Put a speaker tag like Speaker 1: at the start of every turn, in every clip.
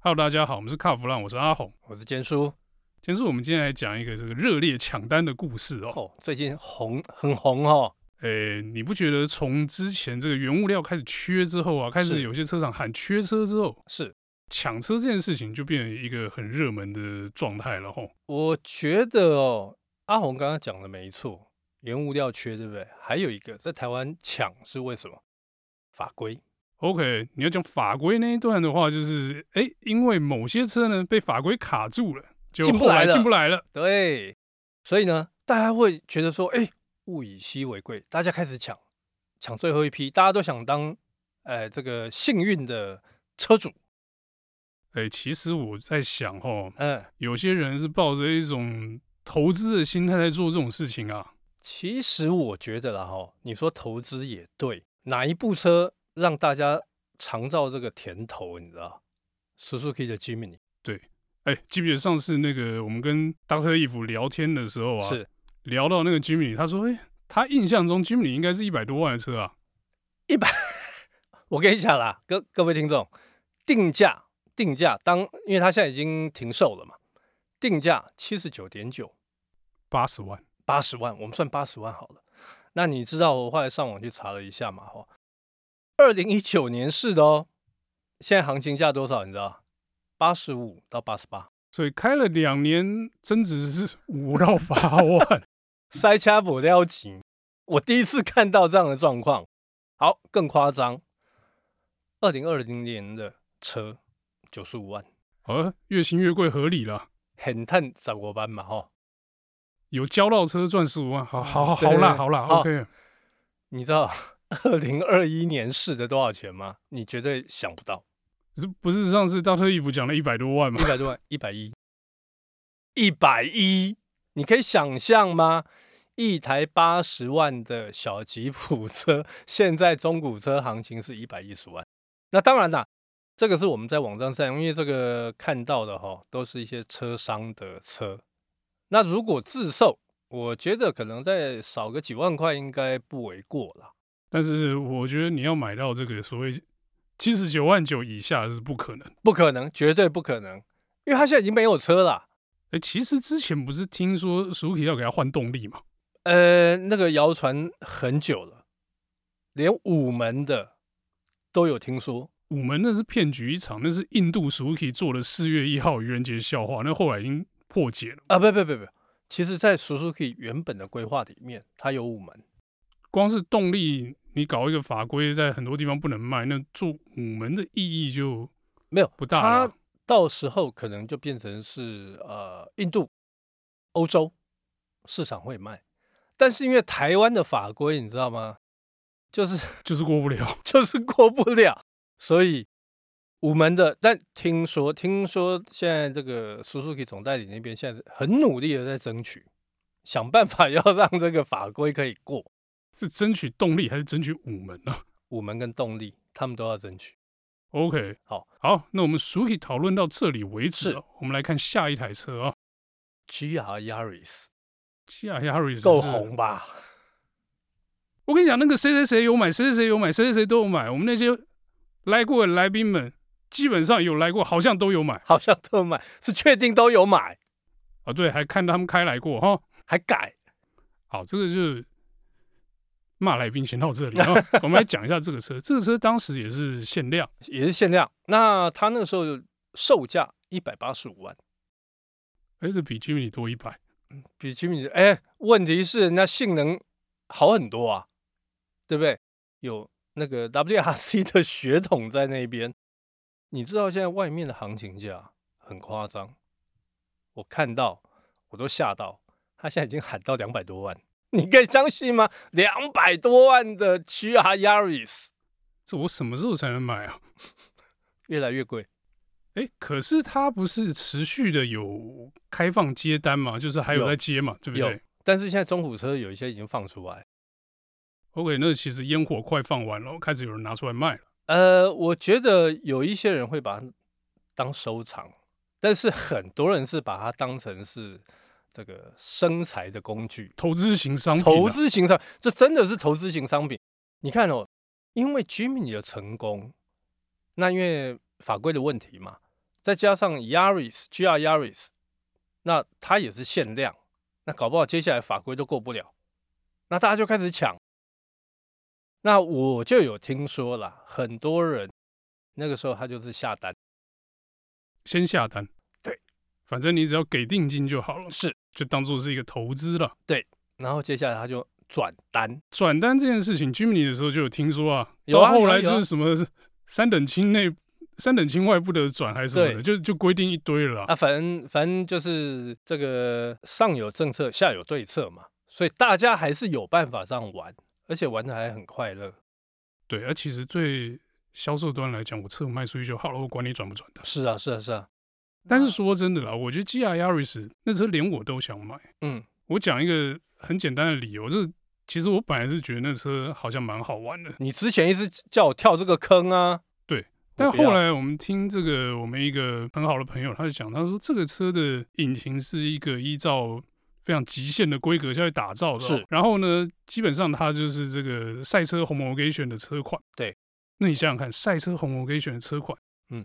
Speaker 1: Hello，大家好，我们是卡弗浪，我是阿红。
Speaker 2: 我是坚叔。
Speaker 1: 今天是我们今天来讲一个这个热烈抢单的故事哦。
Speaker 2: 哦，最近红很红哦。
Speaker 1: 诶、你不觉得从之前这个原物料开始缺之后啊，开始
Speaker 2: 是
Speaker 1: 有些车厂喊缺车之后，
Speaker 2: 是，
Speaker 1: 抢车这件事情就变成一个很热门的状态了吼。
Speaker 2: 我觉得哦，阿红刚刚讲的没错，原物料缺，对不对？还有一个在台湾抢是为什么？法规。
Speaker 1: OK，你要讲法规那一段的话，就是诶、因为某些车呢被法规卡住了，就
Speaker 2: 进不
Speaker 1: 后来
Speaker 2: 来了
Speaker 1: 进不来了。
Speaker 2: 对，所以呢，大家会觉得说，哎，物以稀为贵，大家开始抢，抢最后一批，大家都想当，呃，这个幸运的车主。
Speaker 1: 诶、其实我在想吼，
Speaker 2: 嗯，
Speaker 1: 有些人是抱着一种投资的心态在做这种事情啊。
Speaker 2: 其实我觉得啦，哈，你说投资也对，哪一部车让大家尝到这个甜头，你知道？Suzuki 的 Jimny
Speaker 1: 哎、记不记得上次那个我们跟 Doctor Eve 聊天的时候啊，
Speaker 2: 是
Speaker 1: 聊到那个 Jimmy，他说，哎、他印象中 Jimmy 应该是一百多万的车啊。
Speaker 2: 一百，我跟你讲啦，各各位听众，定价定价当，因为它现在已经停售了嘛，定价七十九点九，
Speaker 1: 八十万，
Speaker 2: 八十万，我们算八十万好了。那你知道我后来上网去查了一下嘛？哈，二零一九年是的哦，现在行情价多少？你知道？八十五到八十八，
Speaker 1: 所以开了两年，增值是五到八万。
Speaker 2: 塞掐不要紧。我第一次看到这样的状况。好，更夸张，二零二零年的车九十五万，
Speaker 1: 呃，越新越贵合理啦，
Speaker 2: 很探十五万嘛？哈，
Speaker 1: 有交到车赚十五万，好好好
Speaker 2: 对
Speaker 1: 好啦好啦
Speaker 2: 好
Speaker 1: ，OK。
Speaker 2: 你知道 二零二一年是的多少钱吗？你绝对想不到，
Speaker 1: 是不是上次 Doctor Eve 讲了一百多万嘛
Speaker 2: 一？百多万，一百一，一百一，你可以想象吗？一台八十万的小吉普车，现在中古车行情是一百一十万。那当然啦，这个是我们在网站上，因为这个看到的哈，都是一些车商的车。那如果自售，我觉得可能再少个几万块应该不为过啦。
Speaker 1: 但是我觉得你要买到这个所谓七十九万九以下是不可能。
Speaker 2: 不可能，绝对不可能，因为他现在已经没有车啦。
Speaker 1: 哎、其实之前不是听说 Suzuki 要给他换动力嘛？
Speaker 2: 呃，那个谣传很久了，连五门的都有听说。
Speaker 1: 五门那是骗局一场，那是印度 Suzuki 做的四月一号愚人节笑话，那后来已经破解了。
Speaker 2: 啊，不不不不，其实，在 Suzuki 原本的规划里面，它有五门。
Speaker 1: 光是动力，你搞一个法规，在很多地方不能卖，那做五门的意义就
Speaker 2: 没有
Speaker 1: 不大了
Speaker 2: 它到时候可能就变成是呃印度、欧洲市场会卖，但是因为台湾的法规，你知道吗？就是
Speaker 1: 就是过不了。
Speaker 2: 就是过不了，所以五门的。但听说听说现在这个 Suzuki 总代理那边现在很努力的在争取，想办法要让这个法规可以过，
Speaker 1: 是争取动力还是争取五门呢、
Speaker 2: 五门跟动力他们都要争取。
Speaker 1: o k
Speaker 2: 好，
Speaker 1: 好，那我们 Suzuki 讨论到这里为止
Speaker 2: 是
Speaker 1: 哦，我们来看下一台车啊
Speaker 2: GR Yaris
Speaker 1: g r Yaris
Speaker 2: 够
Speaker 1: 是
Speaker 2: 红吧？
Speaker 1: 我跟你讲，那个谁谁谁有买，谁谁谁有买，谁谁谁都有买。我们那些来过的来宾们，基本上有来过，好像都有买
Speaker 2: 好像都有买，是确定都有买，
Speaker 1: 啊。对，还看他们开来过哈。
Speaker 2: 还改
Speaker 1: 好，这个就是骂来宾先到这里 啊。我们来讲一下这个车，这个车当时也是限量，
Speaker 2: 也是限量。那他那个时候售价一百八十五万。
Speaker 1: 哎，这比 Jimny 多一百。
Speaker 2: 比吉米，哎，问题是人家性能好很多啊，对不对？有那个 WRC 的血统在那边，你知道现在外面的行情价很夸张，我看到我都吓到，他现在已经喊到两百多万， 你可以相信吗？两百多万的 GR Yaris
Speaker 1: 这我什么时候才能买啊？
Speaker 2: 越来越贵，
Speaker 1: 哎，可是它不是持续的有开放接单嘛，就是还有
Speaker 2: 有
Speaker 1: 在接嘛，对不
Speaker 2: 有
Speaker 1: 对，
Speaker 2: 但是现在中古车有一些已经放出来。
Speaker 1: ？OK，那其实烟火快放完了，开始有人拿出来卖了。
Speaker 2: 呃，我觉得有一些人会把它当收藏，但是很多人是把它当成是这个生财的工具，
Speaker 1: 投资型商品、啊，
Speaker 2: 投资型商，这真的是投资型商品。你看哦，因为 Jimmy 的成功，那因为法规的问题嘛，再加上 Yaris GR Yaris，那它也是限量，那搞不好接下来法规都过不了，那大家就开始抢。那我就有听说啦，很多人那个时候他就是下单，
Speaker 1: 先下单。
Speaker 2: 对，
Speaker 1: 反正你只要给定金就好了，
Speaker 2: 是，
Speaker 1: 就当做是一个投资了。
Speaker 2: 然后接下来他就转单，
Speaker 1: 转单这件事情，Jimmy 的时候就有听说啊，
Speaker 2: 有啊
Speaker 1: 到后
Speaker 2: 有啊
Speaker 1: 来
Speaker 2: 有啊
Speaker 1: 就是什么三等亲内、三等亲外部的转还是什么
Speaker 2: 对
Speaker 1: 的，就就规定一堆了啊
Speaker 2: 啊，反正反正就是这个上有政策，下有对策嘛，所以大家还是有办法这样玩，而且玩的还很快乐。
Speaker 1: 对，而其实对销售端来讲，我车卖出去就好了，我管你转不转单。
Speaker 2: 是啊，是啊，是啊，
Speaker 1: 但是说真的啦，我觉得 GR Yaris 那车连我都想买。
Speaker 2: 嗯，
Speaker 1: 我讲一个很简单的理由，就是其实我本来是觉得那车好像蛮好玩的，
Speaker 2: 你之前一直叫我跳这个坑啊，
Speaker 1: 对
Speaker 2: 我
Speaker 1: 但
Speaker 2: 不要，
Speaker 1: 后来我们听这个我们一个很好的朋友，他就讲，他说这个车的引擎是一个依照非常极限的规格下去打造的哦、
Speaker 2: 是
Speaker 1: 然后呢，基本上它就是这个赛车红魔给选的车款。
Speaker 2: 对，
Speaker 1: 那你想想看，赛车红魔给选的车款，
Speaker 2: 嗯，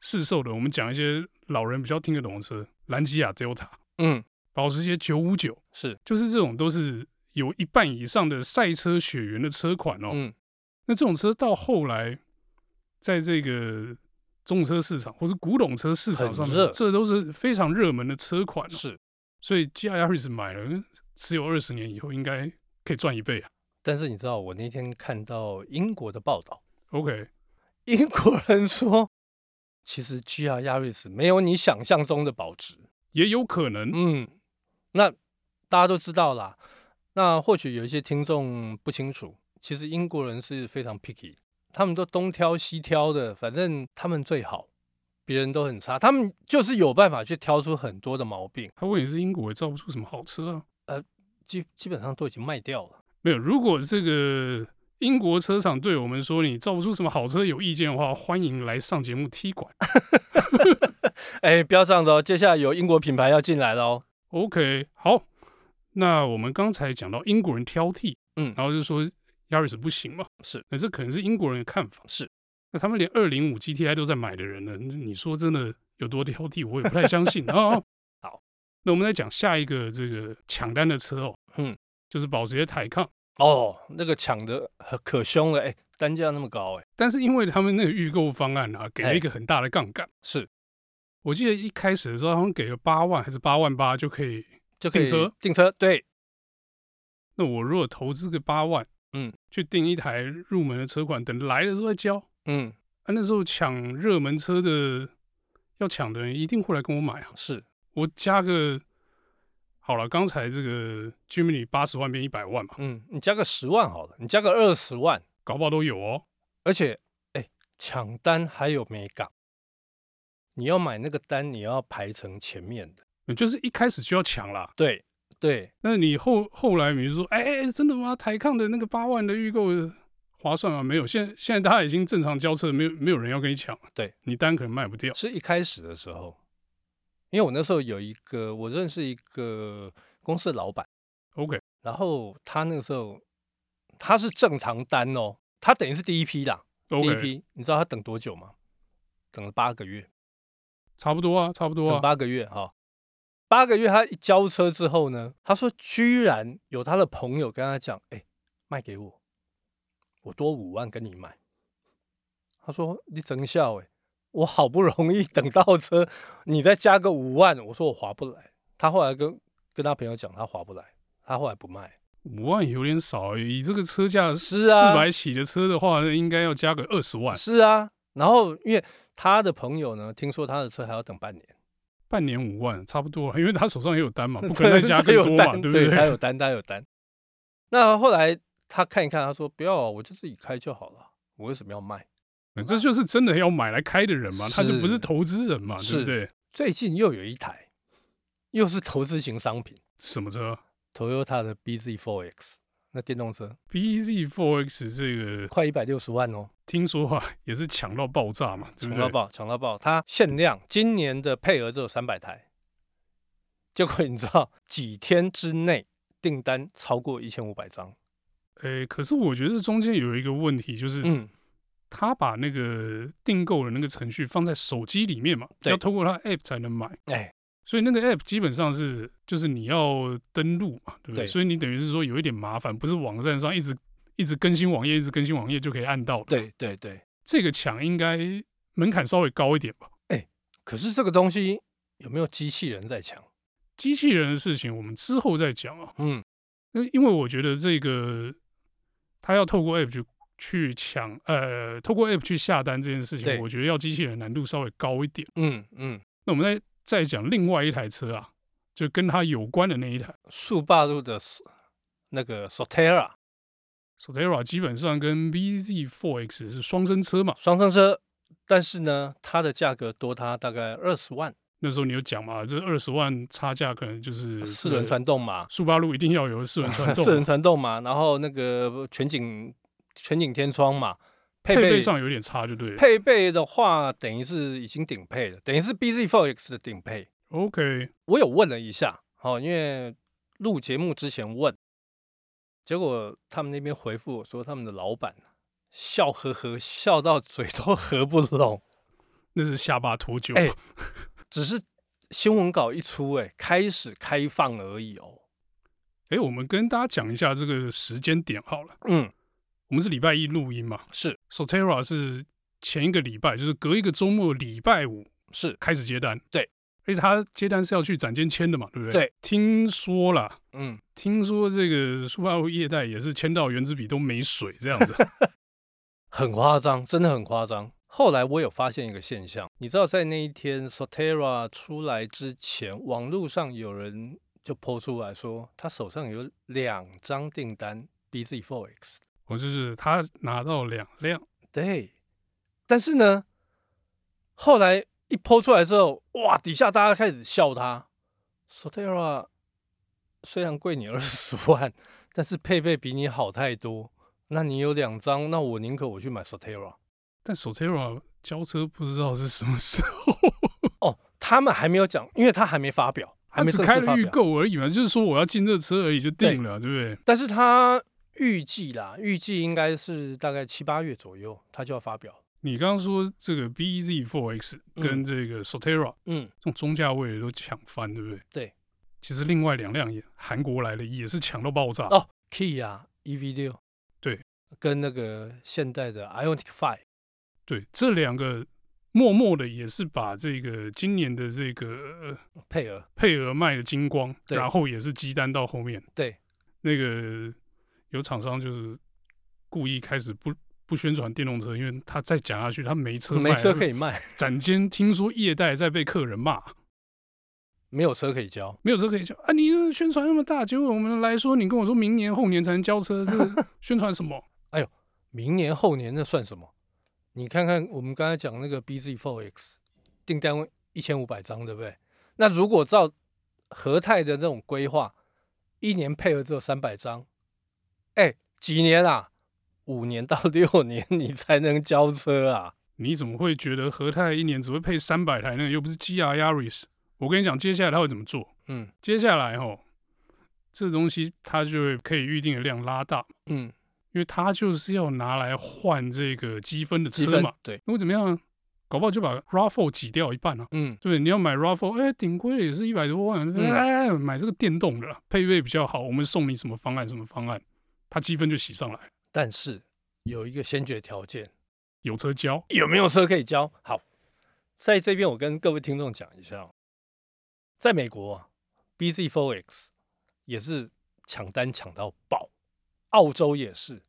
Speaker 1: 市售的，我们讲一些老人比较听得懂的车，兰吉亚 Delta、
Speaker 2: 嗯，
Speaker 1: 保时捷九五九，
Speaker 2: 是，
Speaker 1: 就是这种都是有一半以上的赛车血缘的车款哦。
Speaker 2: 嗯，
Speaker 1: 那这种车到后来，在这个中古车市场或是古董车市场
Speaker 2: 很
Speaker 1: 上
Speaker 2: 热
Speaker 1: 面，这都是非常热门的车款、哦。
Speaker 2: 是。
Speaker 1: 所以 G R Yaris 买了，持有二十年以后应该可以赚一倍啊。
Speaker 2: 但是你知道，我那天看到英国的报道，
Speaker 1: OK，
Speaker 2: 英国人说，其实 GR 亚瑞斯没有你想象中的保值。
Speaker 1: 也有可能，
Speaker 2: 嗯，那大家都知道啦。那或许有一些听众不清楚，其实英国人是非常 picky，他们都东挑西挑的，反正他们最好，别人都很差，他们就是有办法去挑出很多的毛病，
Speaker 1: 他问也是英国也造不出什么好车啊。
Speaker 2: 基基本上都已经卖掉了。
Speaker 1: 没有，如果这个英国车厂对我们说你造不出什么好车有意见的话，欢迎来上节目踢馆。
Speaker 2: 哎，不要这样子哦，接下来有英国品牌要进来了哦。
Speaker 1: OK，好，那我们刚才讲到英国人挑剔，
Speaker 2: 嗯
Speaker 1: 然后就说 Yaris 不行嘛，
Speaker 2: 是，
Speaker 1: 那这可能是英国人的看法，
Speaker 2: 是，
Speaker 1: 那他们连二零五 GTI 都在买的人呢，你说真的有多挑剔，我也不太相信啊。
Speaker 2: 好，
Speaker 1: 那我们再讲下一个这个抢单的车哦，
Speaker 2: 嗯，
Speaker 1: 就是保时捷台抗，
Speaker 2: 哦，那个抢的可凶了，哎，单价那么高，哎，
Speaker 1: 但是因为他们那个预购方案啊，给
Speaker 2: 哎
Speaker 1: 了一个很大的杠杆，
Speaker 2: 是
Speaker 1: 我记得一开始的时候好像给了八万还是八万八就可以，
Speaker 2: 就可以
Speaker 1: 订车
Speaker 2: 订车，对，
Speaker 1: 那我如果投资个八万，
Speaker 2: 嗯，
Speaker 1: 去订一台入门的车款，等来的时候再交。
Speaker 2: 嗯，
Speaker 1: 啊，那时候抢热门车的要抢的人一定会来跟我买啊。
Speaker 2: 是
Speaker 1: 我加个好了，刚才这个 Jimny 八十万变一百万嘛，
Speaker 2: 嗯，你加个十万好了，你加个二十万，
Speaker 1: 搞不好都有哦。
Speaker 2: 而且哎，抢单还有美港，你要买那个单，你要排成前面的，
Speaker 1: 嗯就是一开始就要抢啦，
Speaker 2: 对对，
Speaker 1: 那你后后来你就说，哎、哎真的吗？台抗的那个八万的预购划算吗？没有，现在现在大家已经正常交车，没有没有人要跟你抢了，
Speaker 2: 对
Speaker 1: 你单可能卖不掉。
Speaker 2: 是一开始的时候，因为我那时候有一个我认识一个公司的老板，
Speaker 1: OK，
Speaker 2: 然后他那个时候他是正常单哦，他等于是第一批啦，第一
Speaker 1: OK，
Speaker 2: 批，你知道他等多久吗？等了八个月，
Speaker 1: 差不多啊，差不多
Speaker 2: 等
Speaker 1: 啊。
Speaker 2: 八个月哈、八个月他一交车之后呢，他说居然有他的朋友跟他讲，哎、卖给我，我多五万跟你买。他说你真笑哎、我好不容易等到车，你再加个五万，我说我划不来。他后来跟跟他朋友讲，他划不来，他后来不卖。
Speaker 1: 五万有点少欸，以这个车价
Speaker 2: 是
Speaker 1: 四
Speaker 2: 啊
Speaker 1: 百起的车的话，那应该要加个二十万，
Speaker 2: 是啊，然后因为他的朋友呢，听说他的车还要等半年，
Speaker 1: 半年五万差不多啊，因为他手上也有 单嘛，不可
Speaker 2: 对，
Speaker 1: 能再加
Speaker 2: 他
Speaker 1: 更
Speaker 2: 有
Speaker 1: 多嘛，
Speaker 2: 单，
Speaker 1: 对不
Speaker 2: 他有单，他有单。那后来他看一看，他说不要啊，我就自己开就好了，我为什么要卖？
Speaker 1: 嗯这就是真的要买来开的人嘛，他就是不是投资人嘛，对
Speaker 2: 是
Speaker 1: 不对？
Speaker 2: 最近又有一台，又是投资型商品
Speaker 1: 什么车
Speaker 2: ，Toyota 的 BZ4X，那电动车
Speaker 1: ？BZ4X 这个
Speaker 2: 快一百六十万哦，
Speaker 1: 听说啊，也是抢到爆炸嘛，对
Speaker 2: 抢
Speaker 1: 不
Speaker 2: 到
Speaker 1: 对？
Speaker 2: 爆，抢到爆！它限量，今年的配额只有三百台，结果你知道，几天之内订单超过一千五百张，
Speaker 1: 诶，可是我觉得中间有一个问题，就是
Speaker 2: 嗯，
Speaker 1: 他把那个订购的那个程序放在手机里面嘛，
Speaker 2: 对
Speaker 1: 要透过他 app 才能买，
Speaker 2: 哎，
Speaker 1: 所以那个 app 基本上是就是你要登录嘛，对不对？
Speaker 2: 对
Speaker 1: 所以你等于是说有一点麻烦，不是网站上一直一直更新网页，一直更新网页就可以按到的。，
Speaker 2: 对对对。
Speaker 1: 这个墙应该门槛稍微高一点吧。
Speaker 2: 可是这个东西有没有机器人在抢？
Speaker 1: 机器人的事情我们之后再讲啊，
Speaker 2: 嗯，
Speaker 1: 那因为我觉得这个他要透过 app 去去抢，呃，透过 app 去下单这件事
Speaker 2: 对
Speaker 1: 情，我觉得要机器人难度稍微高一点。
Speaker 2: 嗯嗯，
Speaker 1: 那我们再再讲另外一台车啊，就跟它有关的那一台
Speaker 2: 速霸路的 S- 那个 Sotera
Speaker 1: Sotera，基本上跟 BZ4X 是双生车嘛。
Speaker 2: 双生车，但是呢，它的价格多它大概二十万，
Speaker 1: 那时候你有讲嘛，这二十万差价可能就是
Speaker 2: 啊四轮传，动嘛，
Speaker 1: 速八路一定要有的嗯四轮 传动嘛，
Speaker 2: 四轮传动嘛，然后那个全景全景天窗嘛，配
Speaker 1: 配
Speaker 2: 备
Speaker 1: 备上有点差就对了。
Speaker 2: 配备的话，等于是已经顶配了，等于是 BZ4X 的顶配。
Speaker 1: OK，
Speaker 2: 我有问了一下，哦，因为录节目之前问，结果他们那边回复我说，他们的老板笑呵呵笑到嘴都 合不拢，
Speaker 1: 那是下巴脱臼。
Speaker 2: 哎只是新闻稿一出、哎，开始开放而已哦。
Speaker 1: 哎，我们跟大家讲一下这个时间点好了。
Speaker 2: 嗯，
Speaker 1: 我们是礼拜一录音嘛
Speaker 2: 是
Speaker 1: ，Sotera 是前一个礼拜，就是隔一个周末礼拜五
Speaker 2: 是，
Speaker 1: 开始接单。
Speaker 2: 对，
Speaker 1: 而且他接单是要去展间签的嘛，对不对？
Speaker 2: 对，
Speaker 1: 听说啦，
Speaker 2: 嗯，
Speaker 1: 听说这个苏巴路业代也是签到原子笔都没水这 样子。
Speaker 2: 很夸张，真的很夸张。后来我有发现一个现象，你知道，在那一天 Sotera 出来之前，网络上有人就抛出来说，他手上有两张订单 BZ4X。
Speaker 1: 我就是他拿到两辆，
Speaker 2: 对，但是呢，后来一抛出来之后，哇，底下大家开始笑他。Sotera 虽然贵你二十万， 但是配备比你好太多。那你有两张，那我宁可我去买 Sotera。
Speaker 1: 但 Sotera 交车不知道是什么时候，
Speaker 2: 哦，他们还没有讲，因为他还没发表，还
Speaker 1: 他
Speaker 2: 没
Speaker 1: 只
Speaker 2: 正
Speaker 1: 开
Speaker 2: 式发
Speaker 1: 了预
Speaker 2: 表。
Speaker 1: 购而已嘛，就是说我要进这车而已就定了，对不对？
Speaker 2: 但是他预计啦，预计应该是大概七八月左右，他就要发表。
Speaker 1: 你刚刚说这个 E BZ4X
Speaker 2: 嗯
Speaker 1: 跟这个 Sotera、
Speaker 2: 嗯，
Speaker 1: 这种中价位的都抢翻，对不对？
Speaker 2: 对。
Speaker 1: 其实另外两辆也韩国来的也是抢到爆炸，
Speaker 2: 哦，Kia EV 六，
Speaker 1: 对，
Speaker 2: 跟那个现代的 Ionic Five，
Speaker 1: 对，这两个默默的也是把这个今年的这个、呃
Speaker 2: 配额，
Speaker 1: 配额卖的精光，
Speaker 2: 对
Speaker 1: 然后也是鸡单到后面。
Speaker 2: 对，
Speaker 1: 那个有厂商就是故意开始不不宣传电动车，因为他再讲下去，他没车卖
Speaker 2: 没
Speaker 1: 了，
Speaker 2: 车可以卖，
Speaker 1: 展间听说业代在被客人骂，
Speaker 2: 没有车可以交。
Speaker 1: 没有车可以交啊！你这宣传那么大，结果我们来说，你跟我说明年后年才能交车， 这宣传什么？
Speaker 2: 明年后年那算什么？你看看我们刚才讲那个 BZ4X 订单一千五百张，对不对？那如果照和泰的这种规划，一年配额只有三百张，哎，几年啊？五年到六年你才能交车啊？
Speaker 1: 你怎么会觉得和泰一年只会配三百台呢？又不是 GR Yaris。我跟你讲，接下来他会怎么做？
Speaker 2: 嗯
Speaker 1: 接下来哦，这东西它就会可以预定的量拉大，
Speaker 2: 嗯，
Speaker 1: 因为它就是要拿来换这个积分的
Speaker 2: 积
Speaker 1: 车
Speaker 2: 分
Speaker 1: 嘛。
Speaker 2: 对，
Speaker 1: 那我怎么样？搞不好就把 RAV4 挤掉一半啊。
Speaker 2: 嗯
Speaker 1: 对，你要买 RAV4，哎，顶规的也是一百多万，
Speaker 2: 嗯
Speaker 1: 哎，买这个电动的啦配备比较好，我们送你什么方案什么方案，它积分就洗上来，
Speaker 2: 但是有一个先决条件，
Speaker 1: 有车交。
Speaker 2: 有没有车可以交？好，在这边我跟各位听众讲一下哦，在美国啊，BZ4X 也是抢单抢到爆，澳洲也是，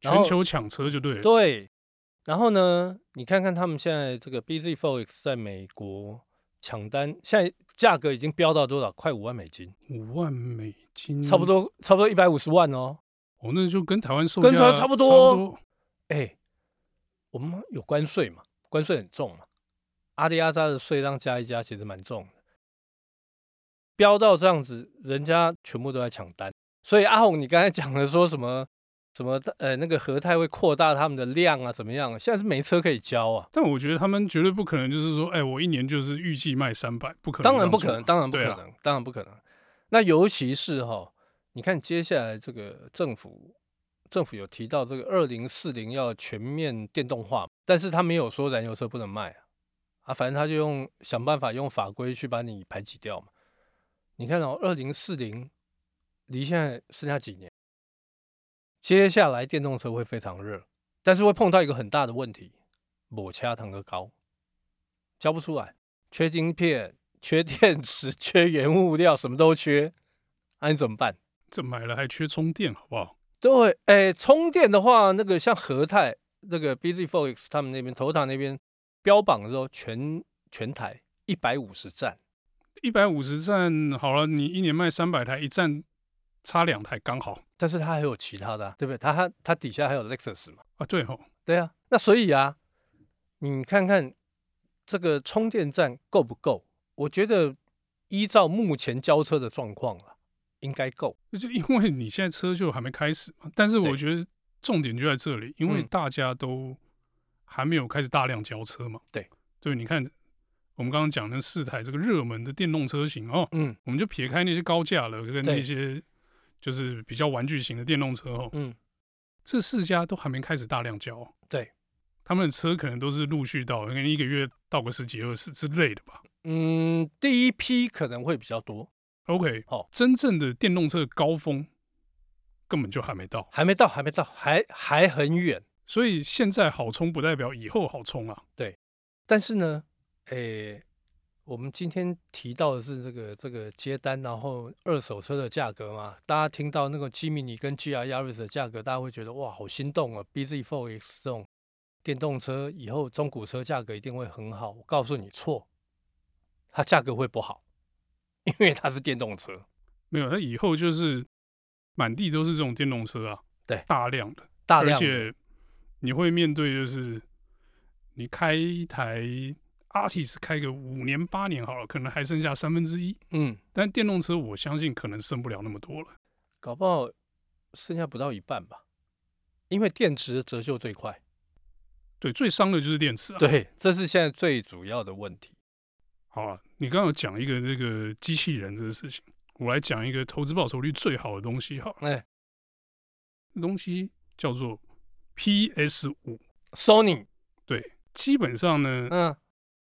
Speaker 2: 然后
Speaker 1: 全球抢车就对了，
Speaker 2: 对。然后呢，你看看他们现在这个 BZ4X 在美国抢单，现在价格已经飙到多少？快五万美金，
Speaker 1: 五万美金，
Speaker 2: 差不。多差不多一百五十万哦。
Speaker 1: 哦，那就跟台湾售价
Speaker 2: 跟台湾差不多
Speaker 1: 差不多
Speaker 2: 哎，我们有关税嘛，关税很重嘛，阿迪阿扎的税让加一加，其实蛮重的。飙到这样子，人家全部都在抢单，所以阿红，你刚才讲的说什么什么呃那个和泰会扩大他们的量啊，怎么样？现在是没车可以交啊，
Speaker 1: 但我觉得他们绝对不可能，就是说，哎，我一年就是预计卖三百，不可能，
Speaker 2: 当然不可能，当然不可
Speaker 1: 对啊
Speaker 2: 能，当然不可能。那尤其是哈，你看接下来这个政府政府有提到这个二零四零要全面电动化，但是他没有说燃油车不能卖啊，啊，反正他就用想办法用法规去把你排挤掉嘛。你看哦，二零四零离现在剩下几年，接下来电动车会非常热，但是会碰到一个很大的问题，抹掐糖的高，交不出来，缺晶片、缺电池、 缺原物料，什么都缺，那、你怎么办？
Speaker 1: 这买了还缺充电，好不好？
Speaker 2: 对，哎，充电的话，那个像和泰、那个 BZ Fox 他们那边、头塔那边标榜的时候，全全台一百五十站，
Speaker 1: 一百五十站好了，你一年卖三百台，一站差两台刚好
Speaker 2: 但是它还有其他的、啊，对不对？它它它底下还有 Lexus 嘛，
Speaker 1: 啊。对吼，
Speaker 2: 对啊。那所以啊，你看看这个充电站够不够？我觉得依照目前交车的状况啊，应该够。
Speaker 1: 就因为你现在车就还没开始嘛。但是我
Speaker 2: 对
Speaker 1: 觉得重点就在这里，因为
Speaker 2: 嗯
Speaker 1: 大家都还没有开始大量交车嘛。
Speaker 2: 对
Speaker 1: 对，你看我们刚刚讲那四台这个热门的电动车型哦，
Speaker 2: 嗯
Speaker 1: 我们就撇开那些高价了跟
Speaker 2: 对
Speaker 1: 那些就是比较玩具型的电动车哦，
Speaker 2: 嗯，
Speaker 1: 这四家都还没开始大量交、哦
Speaker 2: 对，
Speaker 1: 他们的车可能都是陆续到，可能一个月到个十几二十之类的吧。
Speaker 2: 嗯，第一批可能会比较多，
Speaker 1: OK，
Speaker 2: 好
Speaker 1: 真正的电动车的高峰根本就还没到，
Speaker 2: 还没到，还没到，还还很远。
Speaker 1: 所以现在好冲不代表以后好冲啊。
Speaker 2: 但是呢，诶、我们今天提到的是这个这个接单，然后二手车的价格嘛，大家听到那个 G 迷你跟 GR Yaris 的价格，大家会觉得哇，好心动啊！BZ4X 这种电动车以后中古车价格一定会很好。我告诉你错，它价格会不好，因为它是电动车。
Speaker 1: 没有，那以后就是满地都是这种电动车啊，
Speaker 2: 对
Speaker 1: 大量的，
Speaker 2: 大量
Speaker 1: 而
Speaker 2: 的
Speaker 1: 且你会面对就是你开一台 Artis 开个五年八年好了，可能还剩下三分之一，
Speaker 2: 嗯，
Speaker 1: 但电动车我相信可能剩不了那么多了。
Speaker 2: 搞不好剩下不到一半吧，因为电池的折旧最快。
Speaker 1: 对，最伤的就是电池啊。，
Speaker 2: 对，这是现在最主要的问题。
Speaker 1: 好啊，你刚刚有讲一个这个机器人这个事情，我来讲一个投资报酬率最好的东西好了，
Speaker 2: 哎、
Speaker 1: 那东西叫做 PS 五。
Speaker 2: s o n y
Speaker 1: 对，基本上呢，
Speaker 2: 嗯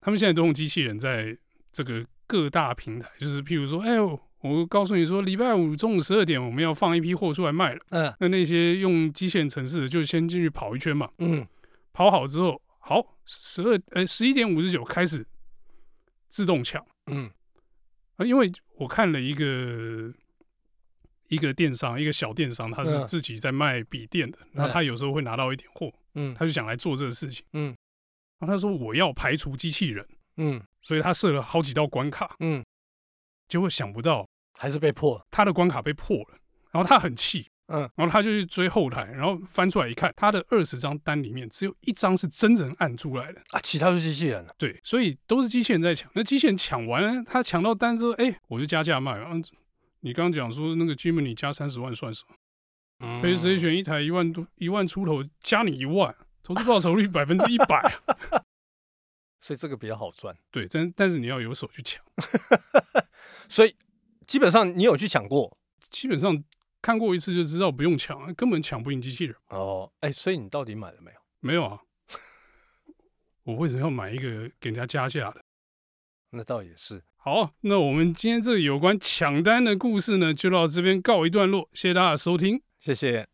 Speaker 1: 他们现在都用机器人在这个各大平台，就是譬如说，哎呦，我告诉你说，礼拜五中午十二点我们要放一批货出来卖了，
Speaker 2: 嗯
Speaker 1: 那那些用机器人程式的就先进去跑一圈嘛，
Speaker 2: 嗯，
Speaker 1: 跑好之后，好，十二呃十一点五十九开始自动抢。
Speaker 2: 嗯
Speaker 1: 啊，因为我看了一个一个电商，一个小电商，他是
Speaker 2: 嗯
Speaker 1: 自己在卖笔电的，那、
Speaker 2: 嗯
Speaker 1: 他有时候会拿到一点货，
Speaker 2: 嗯
Speaker 1: 他就想来做这个事情。
Speaker 2: 嗯，
Speaker 1: 然后他说我要排除机器人，
Speaker 2: 嗯
Speaker 1: 所以他设了好几道关卡，
Speaker 2: 嗯，
Speaker 1: 结果想不到
Speaker 2: 还是被破了。
Speaker 1: 他的关卡被破了，然后他很气。
Speaker 2: 嗯，
Speaker 1: 然后他就去追后台，然后翻出来一看，他的二十张单里面只有一张是真人按出来的，
Speaker 2: 啊，其他就是机器人了。
Speaker 1: 对，所以都是机器人在抢。那机器人抢完了，他抢到单之后，哎、我就加价卖嘛。嗯你刚刚讲说那个 Jimmy 你加三十万算什么？
Speaker 2: 嗯
Speaker 1: 可以谁选一台一万多、一万出头，加你一万，投资报酬率百分之一百。啊
Speaker 2: 所以这个比较好赚。
Speaker 1: 对，但但是你要有手去抢。
Speaker 2: 所以基本上你有去抢过
Speaker 1: 基本上看过一次就知道不用抢，根本抢不赢机器人。
Speaker 2: 哦？哎、所以你到底买了没有？
Speaker 1: 没有啊， 我为什么要买一个给人家加价的？
Speaker 2: 那倒也是。
Speaker 1: 好，那我们今天这个有关抢单的故事呢，就到这边告一段落。谢谢大家的收听。
Speaker 2: 谢谢。